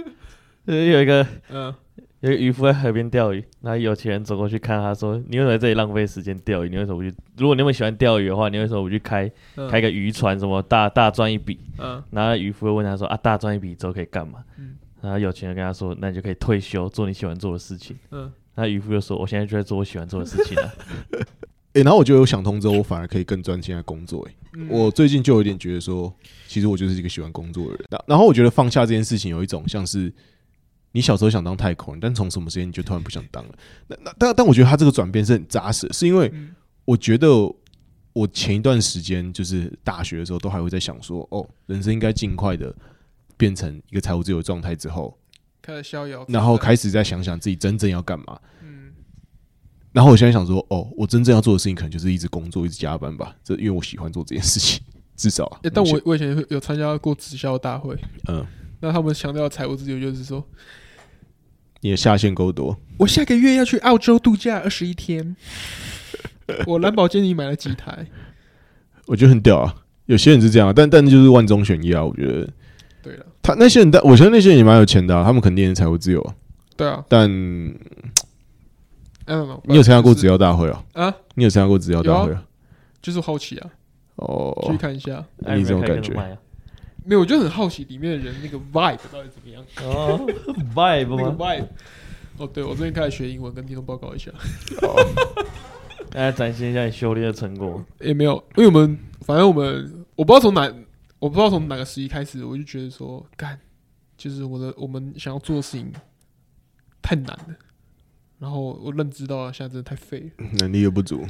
C: 就是有一个
B: 嗯
C: 有一个渔夫在河边钓鱼，然后有钱人走过去看他说：“你为什么在这里浪费时间钓鱼？你为什么不去？如果你那么喜欢钓鱼的话，你为什么不去开
B: 嗯
C: 开个渔船，什么大大赚一笔？”
B: 嗯
C: 然后渔夫会问他说：“啊，大赚一笔之后可以干嘛？”
B: 嗯
C: 然后有钱人跟他说：“那你就可以退休，做你喜欢做的事情。
B: 嗯”
C: 那渔夫就说：“我现在就在做我喜欢做的事情 啊。
D: 诶、然后我就有想通之后，我反而可以更专心在工作、诶，
B: 嗯，
D: 我最近就有点觉得说，其实我就是一个喜欢工作的人。然然后我觉得放下这件事情有一种像是你小时候想当太空人，但从什么时间你就突然不想当了。那那但但我觉得他这个转变是很扎实的，是因为
B: 嗯
D: 我觉得我前一段时间就是大学的时候都还会在想说，哦，人生应该尽快的变成一个财务自由的状态之后，
B: 开始逍遥自在，
D: 然后开始再想想自己真正要干嘛。
B: 哦嗯
D: 然后我现在想说，哦，我真正要做的事情可能就是一直工作，一直加班吧。这因为我喜欢做这件事情， 至少啊、
B: 欸但
D: 目
B: 我
D: 前
B: 我以前有有参加过直销大会，
D: 嗯，
B: 那他们强调的财务自由就是说，
D: 你的下限够多，
B: 我下个月要去澳洲度假二十一天， 我蓝宝坚尼买了几台，
D: 我觉得很屌啊。有些人是这样啊，但但就是万中选一啊。我觉得
B: 对了，
D: 他那些人，但我觉得那些人也蛮有钱的、啊，他们肯定也是财务自由啊。
B: 对啊，哎
D: 但
B: I don't know，
D: 你有参加过
B: 就是
D: 直销大会啊？
B: 啊？
D: 你有参加过直销大会啊？
B: 就是好奇啊，去
D: 哦，
B: 看一下。
C: 那
D: 你
C: 你
D: 这种
C: 们可以
D: 感
C: 跟着
D: 觉
C: 卖啊
B: 没有，我就很好奇里面的人那个 vibe 到底怎么样，
C: 哦，vibe
B: 那个
C: 吗？
B: vibe。哦，对，我最近开始学英文，跟听众报告一下。
C: 来展现一下你修炼的成果。
B: 也没有，因为我们反正我们我不知道从哪，我不知道从哪个时期开始，我就觉得说，干，就是我的我们想要做的事情太难了。然后我认知到现在真的太废了，
D: 能力又不足，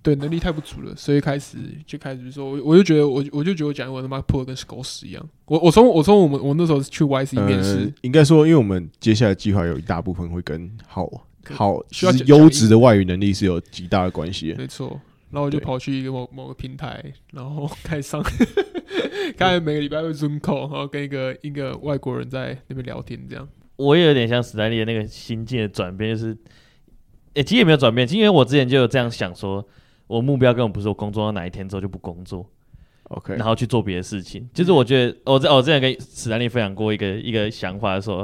B: 对，能力太不足了，所以开始就开始说，我我就觉得我我就觉得我讲英文他妈破的跟狗屎一样。我我从我从我们我那时候去 YC
A: 嗯
B: 面试，
D: 呃，应该说，因为我们接下来计划有一大部分会跟好好
B: 需要
D: 就是
B: 讲
D: 优质的外语能力是有极大的关
A: 嗯
D: 系的。
B: 没错。然后我就
D: 对
B: 跑去一个某某个平台，然后 开始上，开始每个礼拜会 Zoom call，然后跟一个一个外国人在那边聊天，这样。
C: 我也有点像史丹利的那个心境的转变，就是，诶、其实也没有转变，其实因为我之前就有这样想说，我目标根本不是我工作到哪一天之后就不工作，
D: OK，
C: 然后去做别的事
B: 嗯
C: 情。就是我觉得，哦我在我之前跟史丹利分享过一个一个想法说，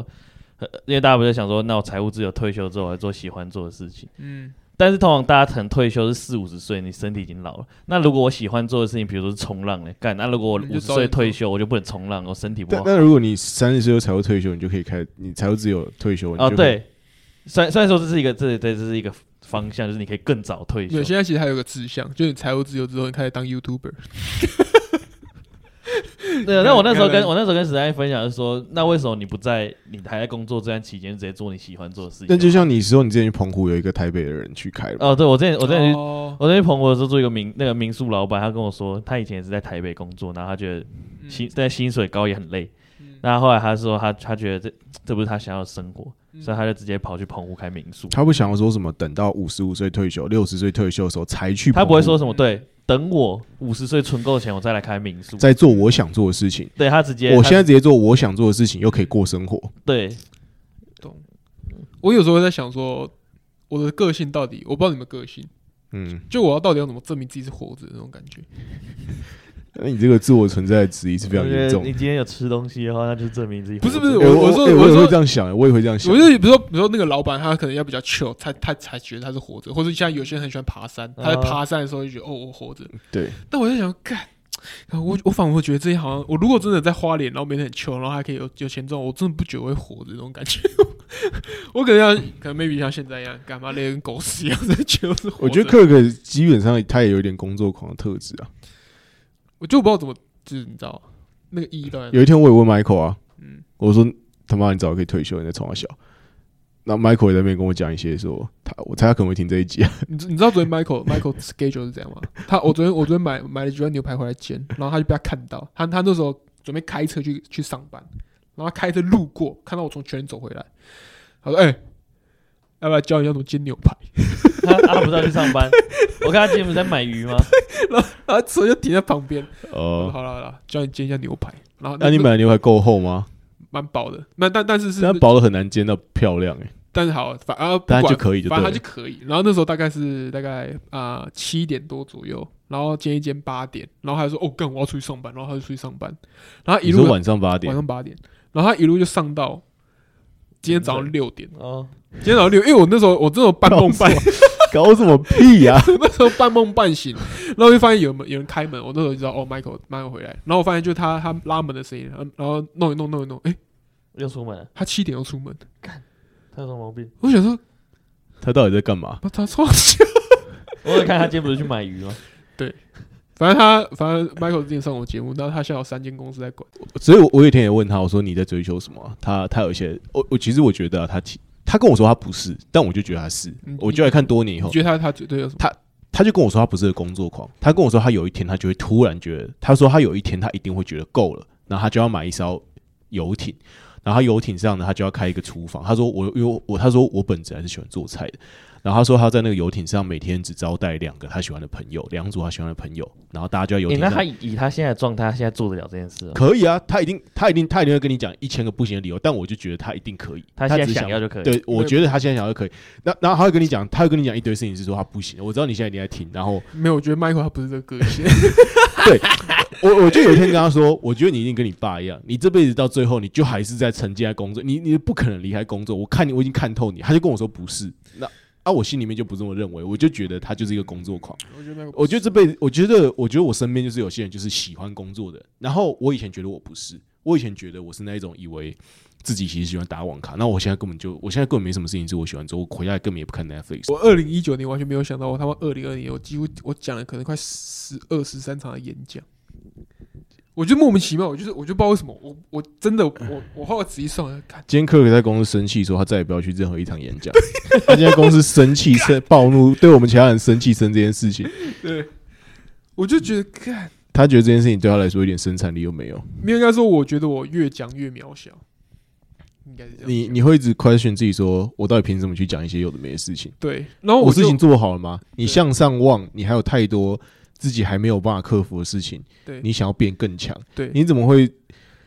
C: 呃因为大家不是想说，那我财务自由退休之后，我来做喜欢做的事情。
B: 嗯
C: 但是通常大家可能退休是四五十岁，你身体已经老了。那如果我喜欢做的事情，比如说是冲浪嘞，干，那如果我
B: 你就
C: 五十
B: 早点
C: 岁
B: 做
C: 退休，我就不能冲浪，我身体不
D: 但
C: 好。
D: 但如果你三十岁后才会退休，你就可以开，你财务自由退休，你
C: 哦，
D: 就可以
C: 对，虽然虽然说这是一个，这对，这是一个方向，就是你可以更早退
B: 没有，
C: 休。
B: 现在其实还有个志向，就是你财务自由之后，你开始当 YouTuber。
C: 对，那我那时候
B: 原
C: 跟
B: 来
C: 我那时候跟史丹利分享是说，那为什么你不在你还在工作这段期间直接做你喜欢做的事情？
D: 但就像你说，你之前去澎湖有一个台北的人去开了嘛，
C: 哦，对我之前我之前去、
B: 哦，
C: 我之前去澎湖的时候做一个民那个民宿老板，他跟我说他以前也是在台北工作，然后他觉得薪、
B: 嗯
C: 但薪水高也很累，那后来他说他他觉得这这不是他想要的生活，所以他就直接跑去澎湖开民宿。
A: 他会想要说什么？等到五十五岁退休、六十岁退休的时候才去澎湖，
C: 他不会说什么对，等我五十岁存够钱，我再来开民宿。
A: 在做我想做的事情。
C: 对他直接，
A: 我现在
C: 他
A: 直接做我想做的事情，又可以过生活。
C: 对
B: 我有时候会在想说，我的个性到底我不知道你们个性，
A: 嗯，
B: 就我要到底要怎么证明自己是活着的那种感觉。
A: 那你这个自我存在的质疑是非常严重
C: 你
A: 的。
C: 今天有吃东西的话，那就证明自己
B: 不是
C: 活
B: 不
C: 着
B: 是，
A: 欸
B: 我说
A: 欸
B: 我
A: 我也会这
B: 说。
A: 样想，我也会这样想
B: 我。就是比如说，比如说那个老板，他可能要比较 chill，他他才觉得他是活着，或者像有些人很喜欢爬山，他在
C: 啊
B: 爬山的时候就觉得哦，我活着。
A: 对，
B: 但我在想，干，呃我我仿佛觉得自己好像，我如果真的在花莲，然后每天很穷，然后还可以有有钱赚，我真的不觉得我会活着那种感觉。 我可能要，可能 maybe 像现在一样，干嘛累跟狗屎一样，真的觉得我是活着。
A: 我觉得克克基本上他也有点工作狂的特质啊。
B: 我就不知道怎么，就是你知道那个意义到底在哪。
A: 有一天我也问 Michael 啊，
B: 嗯
A: 我说他妈你早就可以退休，你在冲他笑。那 Michael 也在那边跟我讲一些说他，我猜他可能会听这一集啊。
B: 你知你知道昨天 Michael Michael schedule 是怎样吗？他我昨天我昨天买买了几块牛排回来煎，然后他就被他看到，他他那时候准备开车去去上班，然后他开车路过，看到我从全走回来，他说：“哎、要不要教你要怎么煎牛排
C: 他他不是要去上班？我看他今天不是在买鱼吗？？”
B: 然后车就停在旁边，我说
A: 哦，
B: 好了好了，教你煎一下牛排。然后
A: 那你买的牛排够厚吗？
B: 蛮薄的，那但但是是
A: 但它薄的很难煎到漂亮哎、
B: 但是好，反而
A: 但
B: 不
A: 它就
B: 管
A: 可以就
B: 反
A: 对
B: 正
A: 了
B: 他就。可以。然后那时候大概是大概啊七、点多左右，然后煎一煎八点，然后他就说哦干我要出去上班，然后他就出去上班，然后一
A: 你
B: 路
A: 说晚上八
B: 晚
A: 点，
B: 上八点，然后他一路就上到今天早上
C: 嗯
B: 六点，
C: 哦，
B: 今天早上六，因为我那时候我那时候半梦 半，
A: 搞什么屁啊 呀、
B: 那时候半梦半醒，然后就发现有门有人开门，我那时候就知道哦 Michael Michael 回来，然后我发现就是他他拉门的声音，然后嗯然后弄一弄弄一弄，哎、
C: 又出门了，
B: 他七点又出门，
C: 他有什么毛病？
B: 我想说
A: 他到底在干嘛？
B: 把他超
C: 我有看他今天不是去买鱼吗？
B: 反正他反正 Michael 之前上我节目，然后他现在有三间公司在管。
A: 所以我，我有一天也问他，我说你在追求什么啊、他他有一些，我我其实我觉得、啊、他其他跟我说他不是，但我就觉得他是
B: 嗯。
A: 我就来看多年以
B: 你
A: 后，
B: 觉得他他绝对有什么？
A: 他就跟我说他不是个工作狂，他跟我说他有一天他就会突然觉得，他说他有一天他一定会觉得够了，然后他就要买一艘游艇，然后他游艇上呢他就要开一个厨房。他说我因为我我他说我本质还是喜欢做菜的，然后他说他在那个游艇上每天只招待两个他喜欢的朋友，两组他喜欢的朋友，然后大家就在游
C: 诶
A: 艇
C: 那
A: 上。
C: 他以以他现在的状态，他现在做得了这件事哦吗？
A: 可以啊，他一定，他一定，他一定会跟你讲一千个不行的理由，但我就觉得他一定可以。
C: 他现在
A: 只
C: 想要就可以。
A: 对，我觉得他现在想要可以。那然后他会跟你讲，他会跟你讲一堆事情，是说他不行。我知道你现在一定在听。然后
B: 没有，我觉得 Michael 他不是这个个 性。
A: 我我就有一天跟他说，我觉得你一定跟你爸一样，你这辈子到最后你就还是在沉浸在工作，你你不可能离开工作。我看你，我已经看透你。他就跟我说不是，那啊，我心里面就不这么认为，我就觉得他就是一个工作狂。
B: 我觉得 Michael，
A: 我觉得这辈子，我觉得，我觉得我身边就是有些人就是喜欢工作的。然后我以前觉得我不是，我以前觉得我是那一种以为自己其实喜欢打网咖。那我现在根本就，我现在根本没什么事情是我喜欢做，我回家根本也不看 Netflix。
B: 我二零一九年完全没有想到，我他妈二零二零年我几乎我讲了可能快十二十三场的演讲，我就莫名其妙，我就是我就不知道为什么，我我真的我我后来仔细算了看，
A: 今天克克在公司生气说他再也不要去任何一场演讲。 他今天公司生气生暴怒，对我们其他人生气生这件事情，
B: 对，我就觉得看
A: 他觉得这件事情对他来说一点生产力都没有。
B: 没有应该说，我觉得我越讲越渺小，应该是这样讲。
A: 你你会一直 question 自己说，我到底凭什么去讲一些有的没的事情？
B: 对，然后
A: 我
B: 我
A: 事
B: 就
A: 情做好了吗？你
B: 哦对
A: 向上望，你还有太多自己还没有办法克服的事情，
B: 对
A: 你想要变更强，
B: 对，
A: 你怎么会？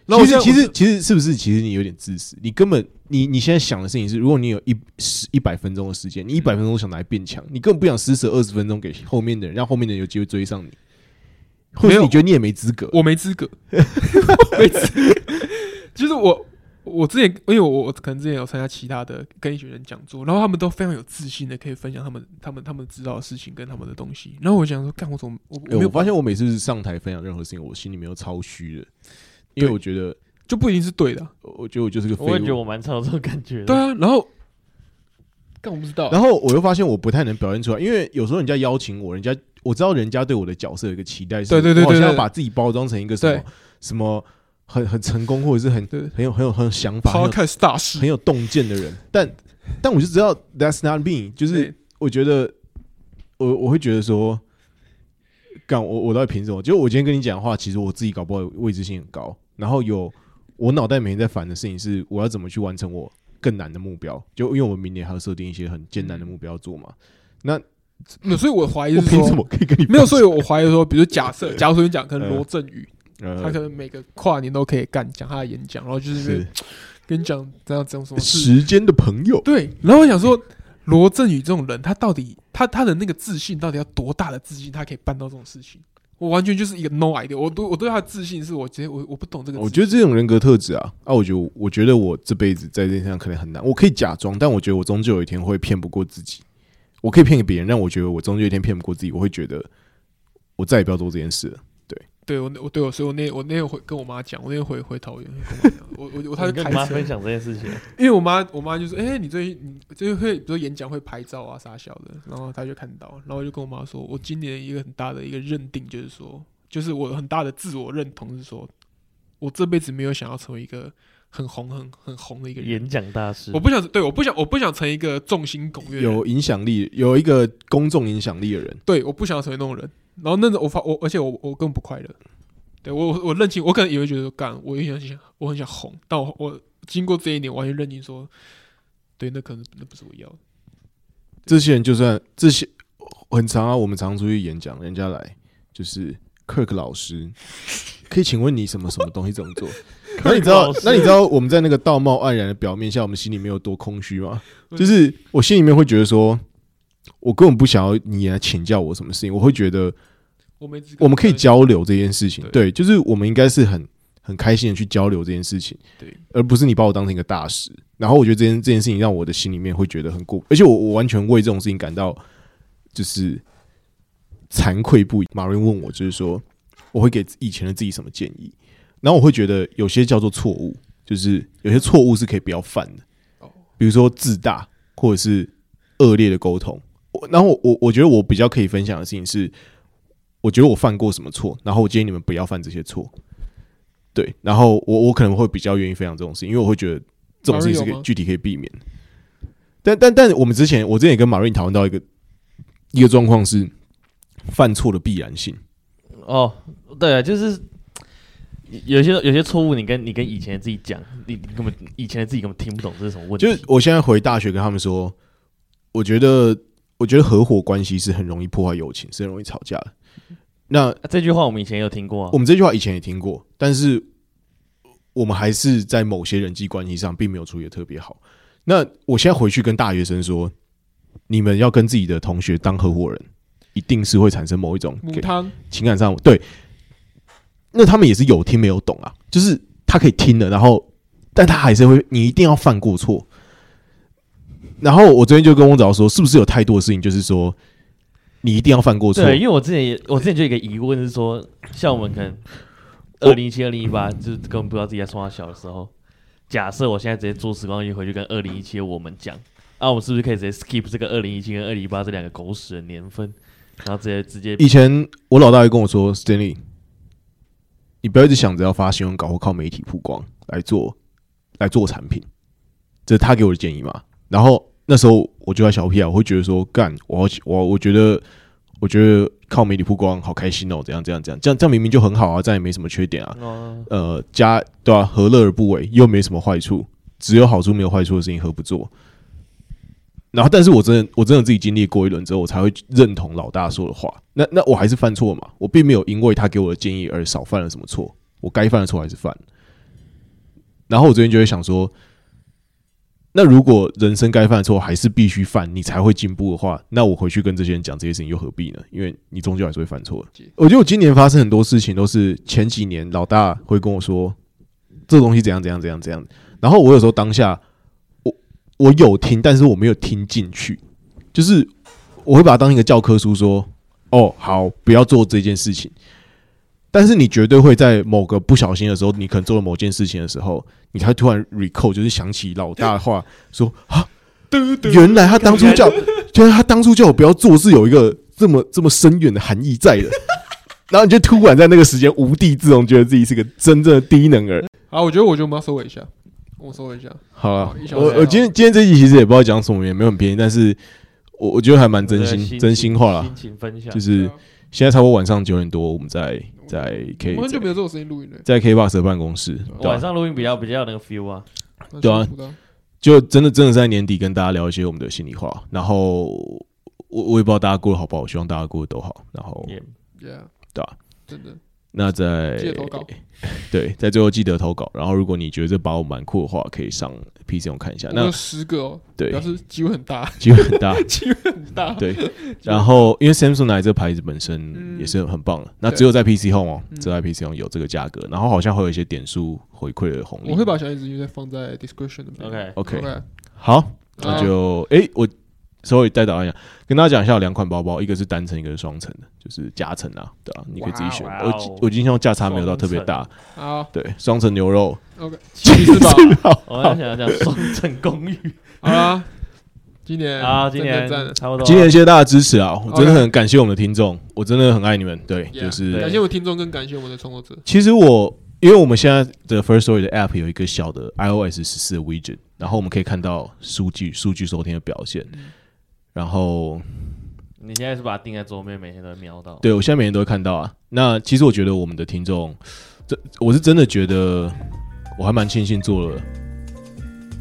B: 然后
A: 其实
B: 我
A: 其
B: 现在我
A: 实其实是不是？其实你有点自私，你根本你你现在想的事情是，如果你有一十一百分钟的时间，你一百分钟想拿来变强，你根本不想施舍二十分钟给后面的人，让后面的人有机会追上你，或
B: 没
A: 者
B: 有
A: 你觉得你也没资格。
B: 我没 资格，我没资格。 其实我我之前，因为我我可能之前有参加其他的跟一群人讲座，然后他们都非常有自信的可以分享他们他们他们知道的事情跟他们的东西。然后我想说，干我怎么我我
A: 欸
B: 没
A: 我
B: 有
A: 发现我每次上台分享任何事情，我心里面都超虚的，因为
B: 对
A: 我觉得，
B: 就不一定是对的啊、
A: 我觉得我就是个废
C: 我也觉得
A: 物。
C: 我蛮常有这种感觉的。
B: 对啊。然后干我不知道啊，
A: 然后我又发现我不太能表现出来，因为有时候人家邀请我，人家我知道人家对我的角色有一个期待，是
B: 对对对
A: 我好像
B: 对对
A: 要把自己包装成一个什么
B: 对
A: 什么很很成功或者是很
B: 对
A: 很有很有很有想法、很有
B: ，Podcast 大师
A: 很有洞见的人，但但我就知道 that's not me，就是
B: 对
A: 我觉得我我会觉得说，干我我到底凭什么？就我今天跟你讲话，其实我自己搞不好位置性很高，然后有我脑袋每天在烦的事情是，我要怎么去完成我更难的目标？就因为我们明年还要设定一些很艰难的目标做嘛。
B: 那所以我怀疑
A: 我
B: 是
A: 凭什
B: 说
A: 么可以跟你
B: 没有，所以我怀疑说，比如 假设，假如说你讲可能
A: 嗯
B: 罗振宇，他
A: 呃
B: 可能每个跨年都可以干讲他的演讲，然后就是
A: 是
B: 跟你讲这样这样什么事，
A: 时间的朋友？
B: 对，然后我想说，罗振宇这种人，他到底他他的那个自信到底要多大的自信，他可以办到这种事情？我完全就是一个 no idea，我对我对他的自信是我直接我我不懂这个自信，
C: 哦
A: 我觉得这种人格特质啊，啊，我觉得我觉得我这辈子在这件事上可能很难。我可以假装，但我觉得我终究有一天会骗不过自己。我可以骗给别人，但我觉得我终究有一天骗不过自己，我会觉得我再也不要做这件事了。
B: 对我我对我，所以我那我那天回跟我妈讲，我那天回回桃园，跟我妈讲我我我她
C: 你
B: 就
C: 跟
B: 开
C: 你妈
B: 车，
C: 分享这件事情，
B: 因为我妈我妈就说，哎、你最近你就是会比如说演讲会拍照啊啥小的，然后她就看到，然后我就跟我妈说，我今年一个很大的一个认定就是说，就是我很大的自我认同是说，我这辈子没有想要成为一个很红很很红的一个人，
C: 演讲大师
B: 我，不想对我不想我不想成为一个众星拱月的人，
A: 有影响力，有一个公众影响力的人，
B: 对，我不想要成为那种人。然后那种我发我，而且我我根本不快乐。对我我我认清，我可能也会觉得说干，我也想想，我很想红，但我我经过这一年，我完全认清说，对，那可能那不是我要的。
A: 这些人就算这些很常啊，我们常出去演讲，人家来就是 Kirk 老 师，可以请问你什么什么东西怎么做？那你知道
C: Kirk 老师，
A: 那你知道我们在那个道貌岸然的表面下，我们心里面有多空虚吗？ 就是我心里面会觉得说，我根本不想要你来请教我什么事情，我会觉得
B: 我们只
A: 我们可以，交流这件事情，
B: 对
A: 对，就是我们应该是很很开心的去交流这件事情，
B: 对，
A: 而不是你把我当成一个大师。然后我觉得这件这件事情让我的心里面会觉得很过，而且我我完全为这种事情感到就是惭愧不已。马云问我就是说，我会给以前的自己什么建议？然后我会觉得有些叫做错误，就是有些错误是可以不要犯的
B: 哦，
A: 比如说自大或者是恶劣的沟通。我然后我我我觉得我比较可以分享的事情是，我觉得我犯过什么错，然后我建议你们不要犯这些错。对，然后我我可能会比较愿意分享这种事情，因为我会觉得这种事情是可
B: Mario 吗
A: 以具体可以避免的。但但但我们之前，我之前也跟马瑞讨论到一个一个状况是犯错的必然性。
C: 哦，对啊，就是有些有些错误，你跟你跟以前的自己讲，你你根本以前的自己根本听不懂这是什么问题，
A: 就是我现在回大学跟他们说，我觉得我觉得合伙关系是很容易破坏友情，是很容易吵架的。那
C: 啊这句话我们以前也有听过啊
A: 我，们这句话以前也听过，但是我们还是在某些人际关系上并没有处理的特别好。那我现在回去跟大学生说，你们要跟自己的同学当合伙人，一定是会产生某一种
B: 母
A: 给
B: 汤
A: 情感上对。那他们也是有听没有懂啊，就是他可以听了，然后但他还是会，你一定要犯过错。然后我昨天就跟翁早说，是不是有太多的事情，就是说你一定要犯过错？
C: 对，因为我之前也我之前就有一个疑问是说，像我们可能二
A: 我
C: 零一七、二零一八，就是根本不知道自己在冲他小的时候，假设我现在直接坐时光机回去跟二零一七我们讲，那、我们是不是可以直接 skip 这个二零一七跟二零一八这两个狗屎的年份，然后直接直接
A: 以前我老大爷跟我说，Stanley，你不要一直想着要发新闻稿或靠媒体曝光来做来做产品，这是他给我的建议嘛。然后那时候我就在小屁啊，我会觉得说，干，我要我我觉得我觉得靠媒体曝光好开心哦，怎样怎样怎样，这样这样明明就很好啊，这样也没什么缺点啊，
C: 哦，
A: 呃，加对啊，何乐而不为？又没什么坏处，只有好处没有坏处的事情何不做？然后，但是我真的我真的自己经历过一轮之后，我才会认同老大说的话。那那我还是犯错嘛，我并没有因为他给我的建议而少犯了什么错，我该犯的错还是犯。然后我昨天就会想说，那如果人生该犯的错还是必须犯，你才会进步的话，那我回去跟这些人讲这些事情又何必呢？因为你终究还是会犯错的
B: 解。
A: 我觉得我今年发生很多事情都是前几年老大会跟我说这个东西怎样怎样怎样怎样，然后我有时候当下我我有听，但是我没有听进去，就是我会把它当一个教科书说，哦，好，不要做这件事情。但是你绝对会在某个不小心的时候，你可能做了某件事情的时候，你才突然 recall，就是想起老大的话，说啊，原来他当初叫， 原来他当初叫我不要做，是有一个这么这么深远的含义在的。然后你就突然在那个时间无地自容，觉得自己是个真正的低能儿。
B: 好，我觉得我觉得我们要收尾一下，我收尾一下，
A: 好了
B: 好一，小时啊
A: 我
B: 了
A: 我今天今天这集其实也不知道讲什么，也没有很便宜，但是我我觉得还蛮真
C: 我的
A: 心真心话啦
C: 心，情分享
A: 就。是
B: 啊
A: 现在差不多晚上九点多，我们在在 K
B: 嗯我很久没有这种时间录音了，
A: 在 K Box 的办公室，对啊吧
C: 晚上录音比较比较有那个 feel 啊，
B: 蛮
A: 对啊
B: 舒服的啊，
A: 就真的真的在年底跟大家聊一些我们的心里话，然后我我也不知道大家过得好不好，希望大家过得都好。然后
C: Yeah
B: Yeah，
A: 对啊，
B: 真的
A: 那在
B: 记得投稿，
A: 对，在最后记得投稿。然后如果你觉得这把我蛮酷的话，可以上 PC 用看一下。
B: 我们
A: 那
B: 有十个哦，
A: 对
B: 表示机会很大，
A: 机会很大，
B: 机会很大，
A: 对。然后因为 Samsung 这个牌子本身
B: 嗯
A: 也是很棒的，那
B: 对
A: 只有在 PC Home 哦，
B: 嗯
A: 只有在 PC Home 有这个价格，然后好像会有一些点数回馈的红利。
B: 我会把小叶子音乐放在 description
A: 哦
B: 的
C: OK，
A: OK，
B: OK，
A: 好，那就诶，我稍微带导一下，跟大家讲一下有两款包包，一个是单层，一个是双层的，就是夹层啊，对啊，你可以自己选。
C: 哇
A: 我
C: 哇哦
A: 我今天价差没有到特别大，
B: 好
A: 对，双层牛肉，
B: OK，七 十吧，
C: 我在想要讲双层公 寓
B: 好啦，今年
C: 啊，今
B: 哎真的
C: 年
B: 赞了
C: 差不多，
A: 今年谢谢大家的支持啊，我真的很感谢我们的听众，我真的很爱你们，对，
B: Yeah，
A: 就是
C: 对
B: 感谢我听众，跟感谢我们的创作者。
A: 其实我因为我们现在的 First Story 的 App 有一个小的 iOS 十四的 widget，然后我们可以看到数据数据收听的表现，然后
C: 你现在是把它钉在桌面，每天都会瞄到。
A: 对我现在每天都会看到啊。那其实我觉得我们的听众，这我是真的觉得我还蛮庆幸做了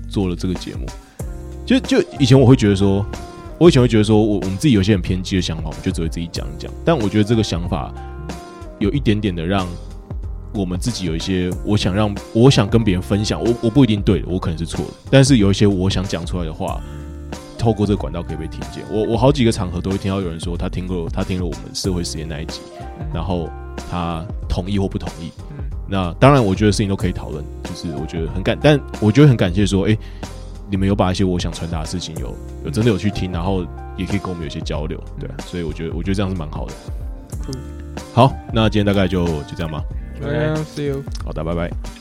A: 做了这个节目。就就以前我会觉得说，我以前会觉得说我我们自己有些很偏激的想法，我们就只会自己讲一讲。但我觉得这个想法有一点点的让我们自己有一些我想让我想跟别人分享，我我不一定对，我可能是错的，但是有一些我想讲出来的话，透过这个管道可以被听见。我我好几个场合都会听到有人说他听过他听了我们社会实验那一集，然后他同意或不同意。
B: 嗯
A: 那当然，我觉得事情都可以讨论，就是我觉得很感，但我觉得很感谢说，诶，你们有把一些我想传达的事情有有真的有去听，然后也可以跟我们有一些交流，对啊、所以我觉得我觉得这样是蛮好的。
B: Cool
A: 好，那今天大概就就这样吧。
B: ，OK，see 嗯 you。
A: 好的，拜拜。